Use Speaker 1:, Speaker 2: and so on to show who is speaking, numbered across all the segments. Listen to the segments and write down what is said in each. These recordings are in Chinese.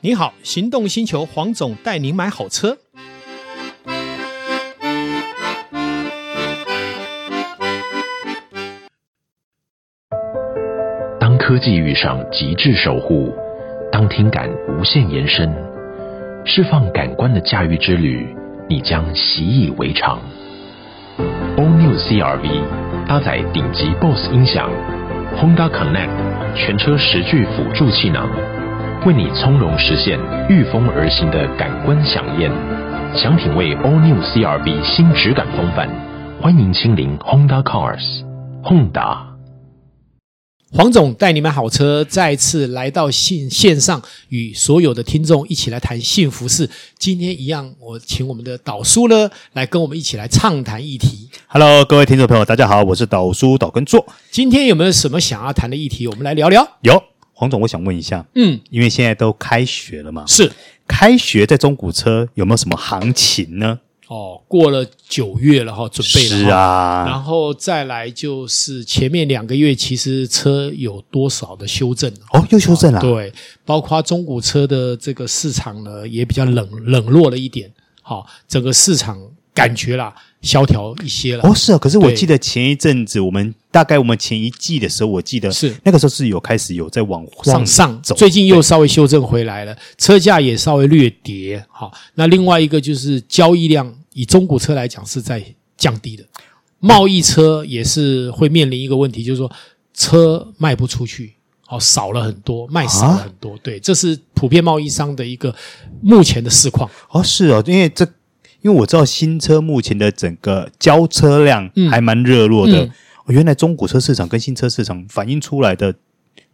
Speaker 1: 你好，行动星球黄总带您买好车。
Speaker 2: 当科技遇上极致守护，当听感无限延伸，释放感官的驾驭之旅，你将习以为常。All New CRV 搭载顶级 BOSS 音响，Honda Connect 全车十具辅助气囊，为你从容实现御风而行的感官飨宴。想品味 All New CRV 新质感风范，欢迎亲临 Honda Cars。Honda。
Speaker 1: 黄总带你们好车，再次来到线线上，与所有的听众一起来谈幸福事。今天一样，我请我们的导叔呢，来跟我们一起来畅谈议题。
Speaker 3: Hello，各位听众朋友，大家好，我是导叔导根座。
Speaker 1: 今天有没有什么想要谈的议题？我们来聊聊。
Speaker 3: 有黄总，我想问一下，
Speaker 1: 嗯，
Speaker 3: 因为现在都开学了嘛，
Speaker 1: 是
Speaker 3: 开学在中古车有没有什么行情呢？
Speaker 1: 哦，过了九月了哈，准备了哈
Speaker 3: 是啊，
Speaker 1: 然后再来就是前面两个月，其实车有多少的修正啊
Speaker 3: 哦，又修正了、
Speaker 1: 对，包括中古车的这个市场呢，也比较冷冷落了一点。好、整个市场感觉啦，萧条一些了。
Speaker 3: 哦，是啊。可是我
Speaker 1: 对
Speaker 3: 记得前一阵子，我们大概我们前一季的时候，我记得
Speaker 1: 是
Speaker 3: 那个时候是有开始有在往
Speaker 1: 往上
Speaker 3: 上走，
Speaker 1: 最近又稍微修正回来了，车价也稍微略跌。好，那另外一个就是交易量，以中古车来讲是在降低的，贸易车也是会面临一个问题，就是说车卖不出去，好少了很多，卖少了很
Speaker 3: 啊
Speaker 1: 多。对，这是普遍贸易商的一个目前的市况。
Speaker 3: 哦，是哦，因为这，因为我知道新车目前的整个交车量
Speaker 1: 嗯
Speaker 3: 还蛮热络的。
Speaker 1: 嗯
Speaker 3: 哦，原来中古车市场跟新车市场反映出来的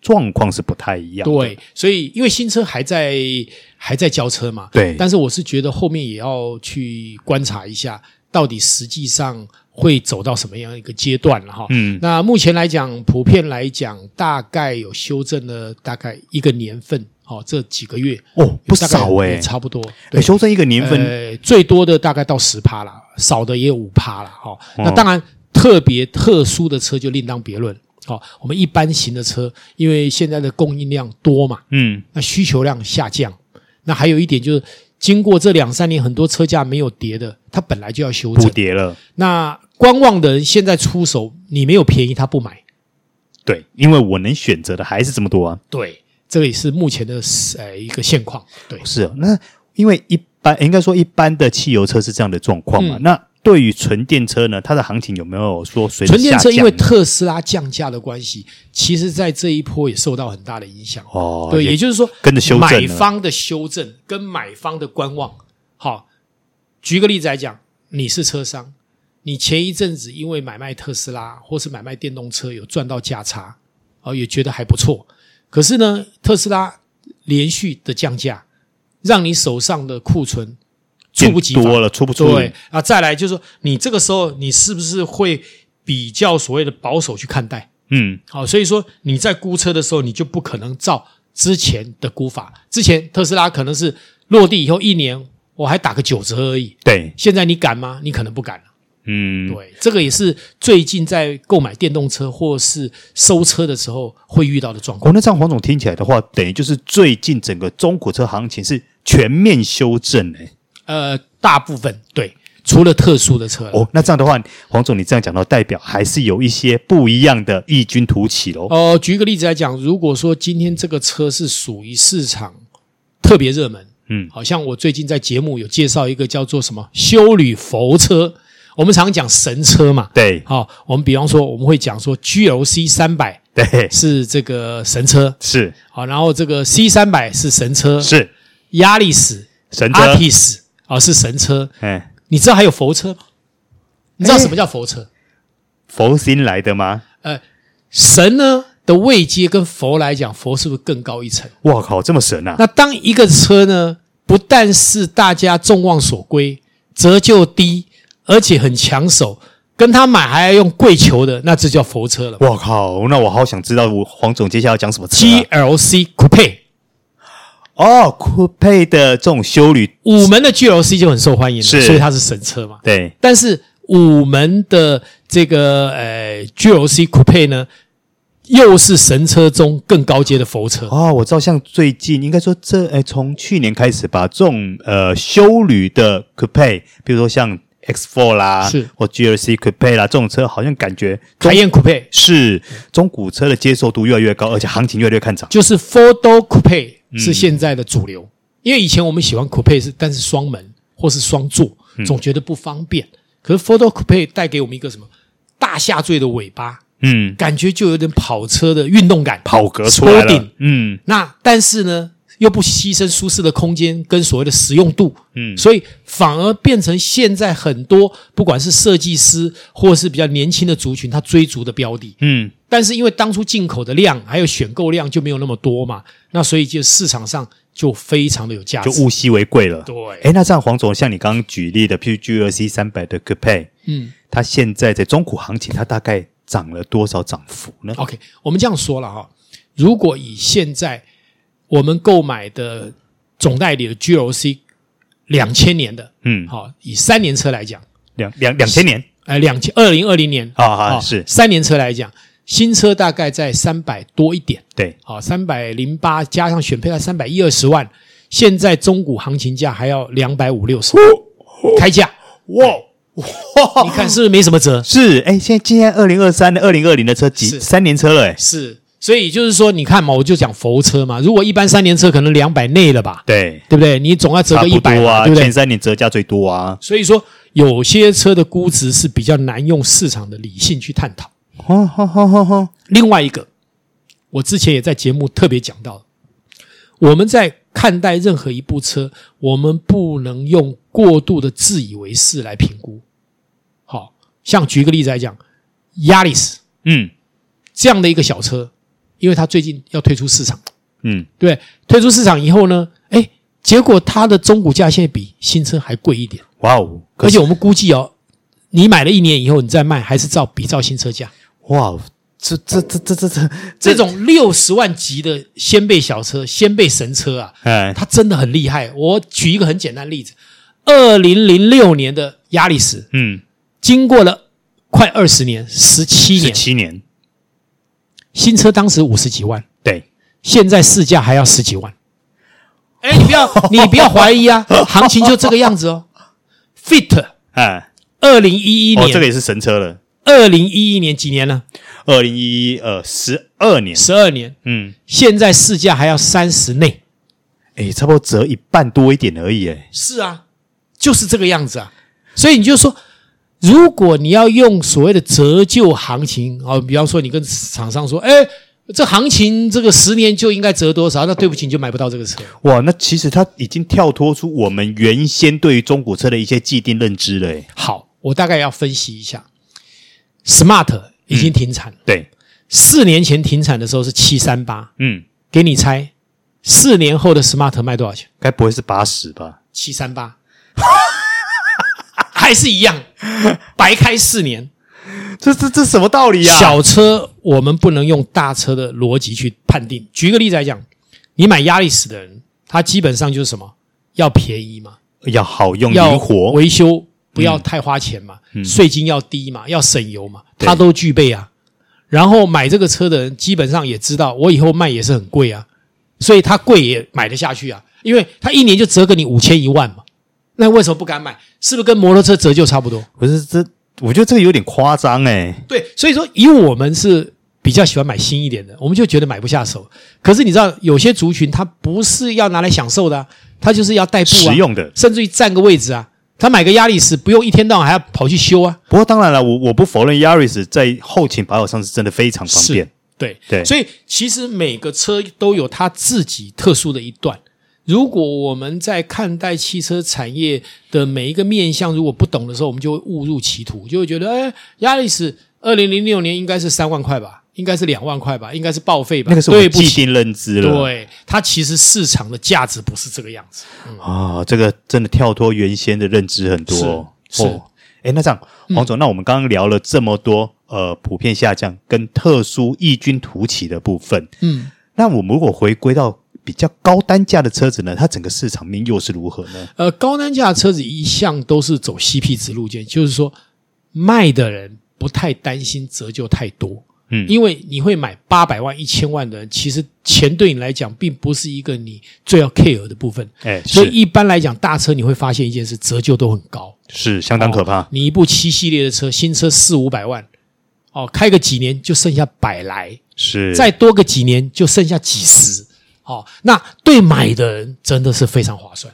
Speaker 3: 状况是不太一样的。
Speaker 1: 对，所以因为新车还在还在交车嘛，
Speaker 3: 对
Speaker 1: 但是我是觉得后面也要去观察一下，到底实际上会走到什么样一个阶段了哈。
Speaker 3: 嗯，
Speaker 1: 那目前来讲，普遍来讲，大概有修正了大概一个年份，哦，这几个月
Speaker 3: 哦，不
Speaker 1: 大概
Speaker 3: 少哎、
Speaker 1: 也差不多。
Speaker 3: 欸，修正一个年份、
Speaker 1: 呃，最多的大概到十趴啦，少的也有五趴啦。哈、那
Speaker 3: 哦
Speaker 1: 当然特别特殊的车就另当别论。好、我们一般型的车，因为现在的供应量多嘛，
Speaker 3: 嗯，
Speaker 1: 那需求量下降。那还有一点就是，经过这两三年，很多车价没有跌的，它本来就要修
Speaker 3: 补
Speaker 1: 正。
Speaker 3: 跌了。
Speaker 1: 那观望的人现在出手，你没有便宜，他不买。
Speaker 3: 对，因为我能选择的还是这么多啊。
Speaker 1: 对，这个也是目前的呃一个现况。对，
Speaker 3: 是哦，那因为一般应该说一般的汽油车是这样的状况嘛。
Speaker 1: 嗯
Speaker 3: 那对于纯电车呢，它的行情有没有说随着
Speaker 1: 纯电车
Speaker 3: 下
Speaker 1: 因为
Speaker 3: 降呢
Speaker 1: 特斯拉降价的关系，其实在这一波也受到很大的影响。
Speaker 3: 哦，
Speaker 1: 对，也就是说，
Speaker 3: 跟着修正了
Speaker 1: 买方的修正跟买方的观望。好，举个例子来讲，你是车商，你前一阵子因为买卖特斯拉或是买卖电动车有赚到价差，哦，也觉得还不错。可是呢，特斯拉连续的降价，让你手上的库存猝不及防，
Speaker 3: 多了，出不出？
Speaker 1: 对啊，再来就是说，你这个时候你是不是会比较所谓的保守去看待？
Speaker 3: 嗯，
Speaker 1: 好、所以说你在估车的时候，你就不可能照之前的估法。之前特斯拉可能是落地以后一年我还打个九折而已，
Speaker 3: 对，
Speaker 1: 现在你敢吗？你可能不敢了。
Speaker 3: 嗯，
Speaker 1: 对，这个也是最近在购买电动车或是收车的时候会遇到的状况。
Speaker 3: 哦，那这样黄总听起来的话，等于就是最近整个中古车行情是全面修正欸诶、
Speaker 1: 呃，大部分对，除了特殊的车啦
Speaker 3: 哦，那这样的话，黄总你这样讲到，代表还是有一些不一样的异军突起喽。
Speaker 1: 呃，举一个例子来讲，如果说今天这个车是属于市场特别热门，
Speaker 3: 嗯
Speaker 1: 好像我最近在节目有介绍一个叫做什么修旅佛车，我们常讲神车嘛，
Speaker 3: 对
Speaker 1: 好、我们比方说我们会讲说 GLC 三百
Speaker 3: 对，
Speaker 1: 是这个神车，
Speaker 3: 是
Speaker 1: 好，然后这个 C 三百是神车，
Speaker 3: 是
Speaker 1: 压力史、
Speaker 3: 神
Speaker 1: 阿
Speaker 3: 车，
Speaker 1: 提斯啊是神车，
Speaker 3: 哎，
Speaker 1: 你知道还有佛车吗？你知道
Speaker 3: 哎
Speaker 1: 什么叫佛车？
Speaker 3: 佛心来的吗？
Speaker 1: 呃，神呢的位阶跟佛来讲，佛是不是更高一层？
Speaker 3: 哇靠，这么神啊！
Speaker 1: 那当一个车呢，不但是大家众望所归，折旧低，而且很抢手，跟他买还要用跪求的，那这叫佛车了。
Speaker 3: 哇靠，那我好想知道我黄总接下来要讲什么车、啊、
Speaker 1: GLC Coupe
Speaker 3: 哦，酷配的这种修旅，
Speaker 1: 五门的 GLC 就很受欢迎了，
Speaker 3: 是
Speaker 1: 所以它是神车嘛。
Speaker 3: 对，
Speaker 1: 但是五门的这个呃 GLC Coupe 呢，又是神车中更高阶的佛车。
Speaker 3: 哦，我知道，像最近应该说这哎，从去年开始吧，这种呃修旅的 coupe，比如说像 X4 啦，
Speaker 1: 是
Speaker 3: 或 GLC coupe 啦，这种车好像感觉中
Speaker 1: 凯宴 Coupe
Speaker 3: 是中古车的接受度越来越高，而且行情越来越看涨。
Speaker 1: 就是 Photo Coupe 是现在的主流，因为以前我们喜欢 Coupe 是，但是双门或是双座，总觉得不方便。可是 Photo Coupe 带给我们一个什么大下坠的尾巴，
Speaker 3: 嗯，
Speaker 1: 感觉就有点跑车的运动感，
Speaker 3: 跑格出来
Speaker 1: Sporting
Speaker 3: 了。嗯
Speaker 1: 那但是呢，又不牺牲舒适的空间跟所谓的实用度，
Speaker 3: 嗯
Speaker 1: 所以反而变成现在很多不管是设计师或是比较年轻的族群，他追逐的标的。
Speaker 3: 嗯，
Speaker 1: 但是因为当初进口的量还有选购量就没有那么多嘛，那所以就市场上就非常的有价值
Speaker 3: 就。物稀为贵了。
Speaker 1: 对
Speaker 3: 哎，那这样黄总，像你刚刚举例的，譬如 GLC 三百的 coupe，
Speaker 1: 嗯
Speaker 3: 它现在在中古行情，它大概涨了多少涨幅呢？
Speaker 1: ，OK，我们这样说了哈、如果以现在我们购买的总代理的 GLC 两千年的，
Speaker 3: 嗯，
Speaker 1: 好、以三年车来讲，
Speaker 3: 两两两千年
Speaker 1: 呃，两千二零二零年
Speaker 3: 啊啊
Speaker 1: 好
Speaker 3: 是
Speaker 1: 三年车来讲，新车大概在三百多一点，
Speaker 3: 对，
Speaker 1: 好，三百零八加上选配在三百一二十万，现在中古行情价还要两百五六十万，开价，
Speaker 3: 哦哇
Speaker 1: 你看是不是没什么折？
Speaker 3: 是哎，现在今年二零二三的二零二零的车几
Speaker 1: 是
Speaker 3: 三年车了哎，
Speaker 1: 是，所以就是说，你看嘛，我就讲佛车嘛，如果一般三年车可能两百内了吧，
Speaker 3: 对，
Speaker 1: 对不对？你总要折
Speaker 3: 差
Speaker 1: 个一
Speaker 3: 不
Speaker 1: 百
Speaker 3: 多啊，
Speaker 1: 对不对
Speaker 3: 前？三年折价最多啊，
Speaker 1: 所以说，有些车的估值是比较难用市场的理性去探讨。
Speaker 3: 哈哈哈哈哈，
Speaker 1: 另外一个，我之前也在节目特别讲到，我们在看待任何一部车，我们不能用过度的自以为是来评估。好，像举一个例子来讲，Yaris
Speaker 3: 嗯
Speaker 1: 这样的一个小车，因为它最近要退出市场，
Speaker 3: 嗯，
Speaker 1: 对，退出市场以后呢，哎，结果它的中古价现在比新车还贵一点，
Speaker 3: 哇哦，可
Speaker 1: 而且
Speaker 3: 是
Speaker 1: 我们估计哦，你买了一年以后，你再卖还是照比照新车价。
Speaker 3: 哇哦，这这这这这这
Speaker 1: 这种六十万级的掀背小车、掀背神车啊，
Speaker 3: 哎
Speaker 1: 它真的很厉害。我举一个很简单的例子，二零零六年的亚历斯，
Speaker 3: 嗯，
Speaker 1: 经过了快二十年，十七
Speaker 3: 十
Speaker 1: 年，
Speaker 3: 七年，
Speaker 1: 新车当时五十几万，
Speaker 3: 对，
Speaker 1: 现在市价还要十几万。哎，你不要， 你不要怀疑啊，行情就这个样子哦。Fit
Speaker 3: 哎，
Speaker 1: 二零一一
Speaker 3: 哦，这个
Speaker 1: 年，
Speaker 3: 也是神车了，
Speaker 1: 二零一一年几年呢？
Speaker 3: 二零一呃十二年，
Speaker 1: 十二年，
Speaker 3: 嗯，
Speaker 1: 现在市价还要三十内。
Speaker 3: 哎，差不多折一半多一点而已，哎，
Speaker 1: 是啊，就是这个样子啊。所以你就说，如果你要用所谓的折旧行情啊、哦比方说你跟厂商说，哎，这行情这个十年就应该折多少，那对不起，你就买不到这个车。
Speaker 3: 哇，那其实它已经跳脱出我们原先对于中古车的一些既定认知了，哎，
Speaker 1: 好，我大概要分析一下，Smart 已经停产了，
Speaker 3: 对，
Speaker 1: 四、年前停产的时候是七三八，
Speaker 3: 嗯，
Speaker 1: 给你猜，四年后的 Smart 卖多少钱？
Speaker 3: 该不会是八十吧？
Speaker 1: 七三八，还是一样，白开四年。
Speaker 3: 这这这什么道理呀、
Speaker 1: 小车我们不能用大车的逻辑去判定。举一个例子来讲，你买亚力士的人，他基本上就是什么，要便宜嘛，
Speaker 3: 要好用
Speaker 1: 要
Speaker 3: 灵活，嗯
Speaker 1: 维修不要太花钱嘛，税金要低嘛，要省油嘛，
Speaker 3: 对
Speaker 1: 他都具备啊。然后买这个车的人，基本上也知道我以后卖也是很贵啊，所以他贵也买得下去啊，因为他一年就折给你五千一万嘛，那为什么不敢买？是不是跟摩托车折旧差不多？
Speaker 3: 不是这，我觉得这个有点夸张哎。
Speaker 1: 对，所以说以我们是比较喜欢买新一点的，我们就觉得买不下手。可是你知道，有些族群他不是要拿来享受的、啊，他就是要代步、啊、
Speaker 3: 实用的
Speaker 1: 甚至于占个位置啊。他买个压力士，不用一天到晚还要跑去修啊。
Speaker 3: 不过当然了，我我不否认 Yaris 在后勤保有上是真的非常方便
Speaker 1: 是。对
Speaker 3: 对
Speaker 1: 所以其实每个车都有它自己特殊的一段。如果我们在看待汽车产业的每一个面向，如果不懂的时候，我们就会误入歧途，就会觉得，哎，亚力士二零零六年应该是三万块吧，应该是两万块吧，应该是报废吧，
Speaker 3: 那个是我
Speaker 1: 对
Speaker 3: 们
Speaker 1: 不
Speaker 3: 既
Speaker 1: 起，
Speaker 3: 定认知了。
Speaker 1: 对它其实市场的价值不是这个样子。
Speaker 3: 啊、这个真的跳脱原先的认知很多哦。
Speaker 1: 是是
Speaker 3: 哦，哎，那这样，黄总，那我们刚刚聊了这么多，呃，普遍下降跟特殊异军突起的部分，
Speaker 1: 嗯，
Speaker 3: 那我们如果回归到比较高单价的车子呢，它整个市场面又是如何呢？
Speaker 1: 呃，高单价的车子一向都是走 CP 值路线，就是说卖的人不太担心折旧太多，
Speaker 3: 嗯
Speaker 1: 因为你会买八百万、一千万的人，其实钱对你来讲并不是一个你最要 care 的部分。
Speaker 3: 哎，
Speaker 1: 所以
Speaker 3: 是
Speaker 1: 一般来讲，大车你会发现一件事，折旧都很高，
Speaker 3: 是哦相当可怕，
Speaker 1: 你一部七系列的车，新车四五百万，哦，开个几年就剩下百来，
Speaker 3: 是
Speaker 1: 再多个几年就剩下几十。哦，那对买的人真的是非常划算，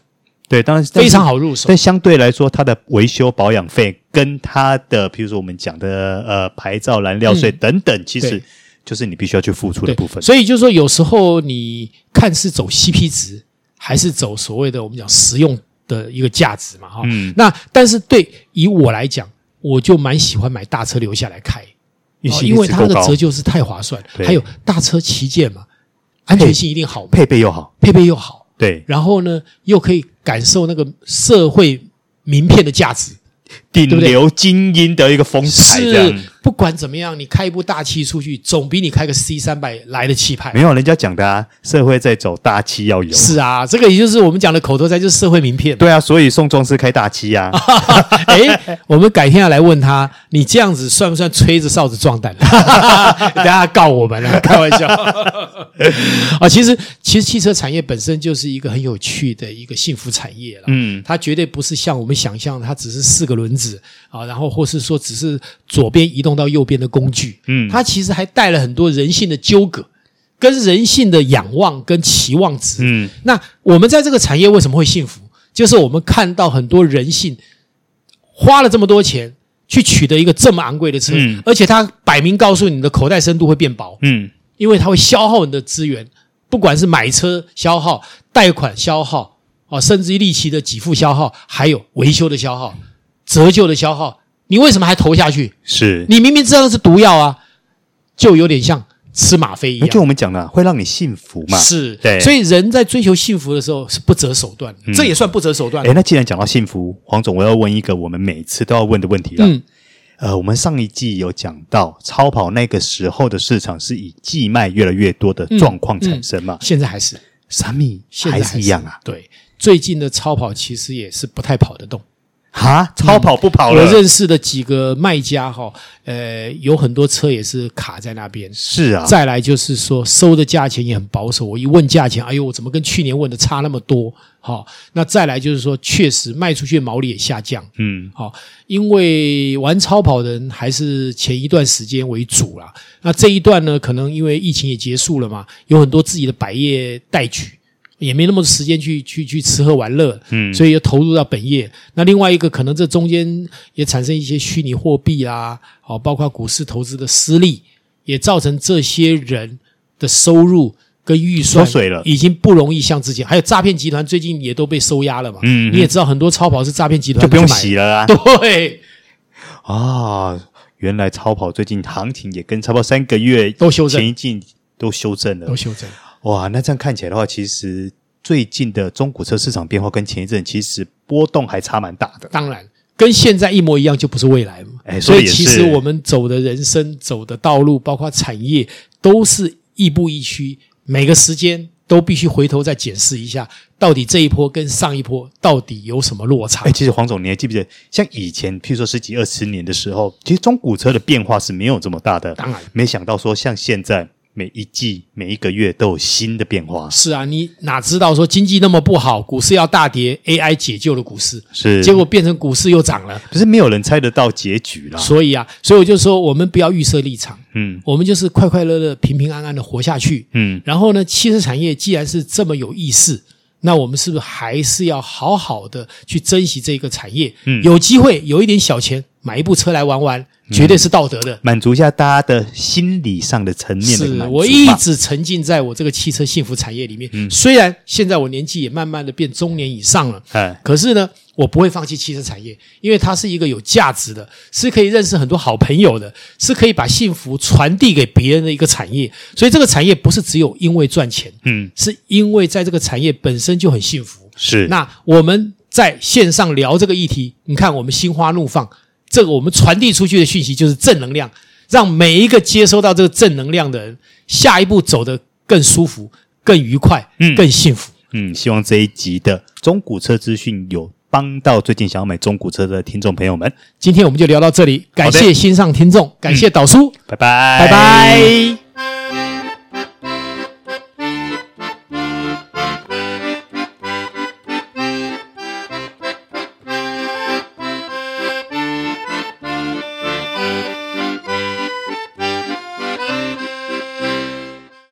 Speaker 3: 对，当然
Speaker 1: 非常
Speaker 3: 好。
Speaker 1: 好入手。
Speaker 3: 但相对来说，它的维修保养费跟它的，比如说我们讲的呃牌照、燃料税等等，其实
Speaker 1: 嗯对
Speaker 3: 就是你必须要去付出的
Speaker 1: 对，哦
Speaker 3: 部分。
Speaker 1: 所以就是说，有时候你看是走 CP 值，还是走所谓的我们讲实用的一个价值嘛，哈、
Speaker 3: 嗯
Speaker 1: 那但是对以我来讲，我就蛮喜欢买大车留下来开，
Speaker 3: 运
Speaker 1: 哦
Speaker 3: 气
Speaker 1: 因为
Speaker 3: 一直
Speaker 1: 它
Speaker 3: 够
Speaker 1: 的
Speaker 3: 高
Speaker 1: 折，旧是太划算，
Speaker 3: 对
Speaker 1: 还有大车旗舰嘛，安全性一定好嘛，
Speaker 3: 配备又好，
Speaker 1: 配备又好，
Speaker 3: 对，
Speaker 1: 然后呢又可以感受那个社会名片的价值。
Speaker 3: 顶
Speaker 1: 对不对
Speaker 3: 流精英的一个风采这
Speaker 1: 是
Speaker 3: 样。
Speaker 1: 不管怎么样，你开一部大七出去，总比你开个 C 三百来的气派
Speaker 3: 没。有人家讲的啊，社会在走大气要有。
Speaker 1: 是啊，这个也就是我们讲的口头禅，就是社会名 片。
Speaker 3: 对啊，所以宋庄是开大气啊，
Speaker 1: 哎，我们改天要来问他，你这样子算不算吹着哨子撞 蛋？大家告我们了， 开玩笑。啊，其实其实汽车产业本身就是一个很有趣的一个幸福产业了。
Speaker 3: 嗯，
Speaker 1: 它绝对不是像我们想象，它只是四个轮子啊，然后或是说只是左边移动到右边的工具。
Speaker 3: 嗯
Speaker 1: 它其实还带了很多人性的纠葛，跟人性的仰望跟期望值。
Speaker 3: 嗯，
Speaker 1: 那我们在这个产业为什么会幸福？就是我们看到很多人性花了这么多钱去取得一个这么昂贵的车，
Speaker 3: 嗯
Speaker 1: 而且它摆明告诉你，你的口袋深度会变薄，
Speaker 3: 嗯，
Speaker 1: 因为它会消耗你的资源，不管是买车消耗、贷款消耗啊，甚至于利息的给付消耗，还有维修的消耗、折旧的消耗，你为什么还投下去？
Speaker 3: 是。
Speaker 1: 你明明知道那是毒药啊，就有点像吃吗啡一
Speaker 3: 那
Speaker 1: 样。
Speaker 3: 就我们讲了，会让你幸福嘛。
Speaker 1: 啊是，
Speaker 3: 对
Speaker 1: 所以人在追求幸福的时候是不择手段的，
Speaker 3: 嗯
Speaker 1: 这也算不择手段。
Speaker 3: 哎，那既然讲到幸福，黄总，我要问一个我们每次都要问的问题了。
Speaker 1: 嗯，
Speaker 3: 呃，我们上一季有讲到超跑那个时候的市场是以寄卖越来越多的状况产生嘛，
Speaker 1: 现在还是，
Speaker 3: 三米
Speaker 1: 嗯现在
Speaker 3: 还
Speaker 1: 还
Speaker 3: 是一样啊？
Speaker 1: 对，最近的超跑其实也是不太跑得动。
Speaker 3: 哈，超跑不跑
Speaker 1: 嗯我
Speaker 3: 了，
Speaker 1: 认识的几个卖家哈，呃，有很多车也是卡在那边。
Speaker 3: 是啊，
Speaker 1: 再来就是说，收的价钱也很保守。我一问价钱，哎呦，我怎么跟去年问的差那么多？好、那再来就是说，确实卖出去的毛利也下降。
Speaker 3: 嗯，
Speaker 1: 好、因为玩超跑的人还是前一段时间为主啦。那这一段呢，可能因为疫情也结束了嘛，有很多自己的百业待举，也没那么多时间去去去吃喝玩乐，
Speaker 3: 嗯
Speaker 1: 所以又投入到本业。那另外一个可能这中间也产生一些虚拟货币啦，哦，包括股市投资的失利，也造成这些人的收入。跟预算
Speaker 3: 缩水了
Speaker 1: 已经不容易像之前。还有诈骗集团最近也都被收押了嘛，
Speaker 3: 嗯嗯
Speaker 1: 你也知道很多超跑是诈骗集团
Speaker 3: 就不用
Speaker 1: 去买的
Speaker 3: 洗了 啊。
Speaker 1: 对，
Speaker 3: 啊，原来超跑最近行情也跟差不多三个月
Speaker 1: 都修正
Speaker 3: 前一季都修正了
Speaker 1: 都。修正。
Speaker 3: 哇，那这样看起来的话，其实最近的中古车市场变化跟前一阵其实波动还差蛮大的。
Speaker 1: 当然，跟现在一模一样就不是未来嘛。
Speaker 3: 哎
Speaker 1: 所
Speaker 3: 说得
Speaker 1: 以
Speaker 3: 也
Speaker 1: 其
Speaker 3: 是
Speaker 1: 实我们走的人生、走的道路，包括产业，都是亦步亦趋，每个时间都必须回头再检视一下，到底这一波跟上一波到底有什么落差
Speaker 3: 哎、。其实黄总，你还记不记得，像以前，譬如说十几二十年的时候，其实中古车的变化是没有这么大的。
Speaker 1: 当然
Speaker 3: 没想到说像现在，每一季、每一个月都有新的变化。
Speaker 1: 是啊，你哪知道说经济那么不好，股市要大跌，AI 解救了股市，
Speaker 3: 是，
Speaker 1: 结果变成股市又涨了。
Speaker 3: 可是没有人猜得到结局啦。
Speaker 1: 所以啊，所以我就说，我们不要预设立场，
Speaker 3: 嗯
Speaker 1: 我们就是快快乐乐、平平安安的活下去。
Speaker 3: 嗯，
Speaker 1: 然后呢，汽车产业既然是这么有意识，那我们是不是还是要好好的去珍惜这个产业？
Speaker 3: 嗯
Speaker 1: 有机会有一点小钱买一部车来玩玩，绝对是道德的。
Speaker 3: 满足一下大家的心理上的层面
Speaker 1: 是
Speaker 3: 的满足
Speaker 1: 我一
Speaker 3: 嘛嗯
Speaker 1: 直沉浸在我这个汽车幸福产业里面，虽然现在我年纪也慢慢的变中年以上了，
Speaker 3: 哎，
Speaker 1: 可是呢，我不会放弃汽车产业，因为它是一个有价值的，是可以认识很多好朋友的，是可以把幸福传递给别人的一个产业。所以这个产业不是只有因为赚钱，
Speaker 3: 嗯，
Speaker 1: 是因为在这个产业本身就很幸福。
Speaker 3: 是
Speaker 1: 那我们在线上聊这个议题，你看我们心花怒放，这个我们传递出去的讯息就是正能量，让每一个接收到这个正能量的人，下一步走得更舒服、更愉快、
Speaker 3: 嗯
Speaker 1: 更幸福。
Speaker 3: 嗯，希望这一集的中古车资讯有帮到最近想要买中古车的听众朋友们。
Speaker 1: 今天我们就聊到这里，感
Speaker 3: 好的嗯
Speaker 1: 谢新上听众，感谢导叔，
Speaker 3: 拜拜，
Speaker 1: 拜拜。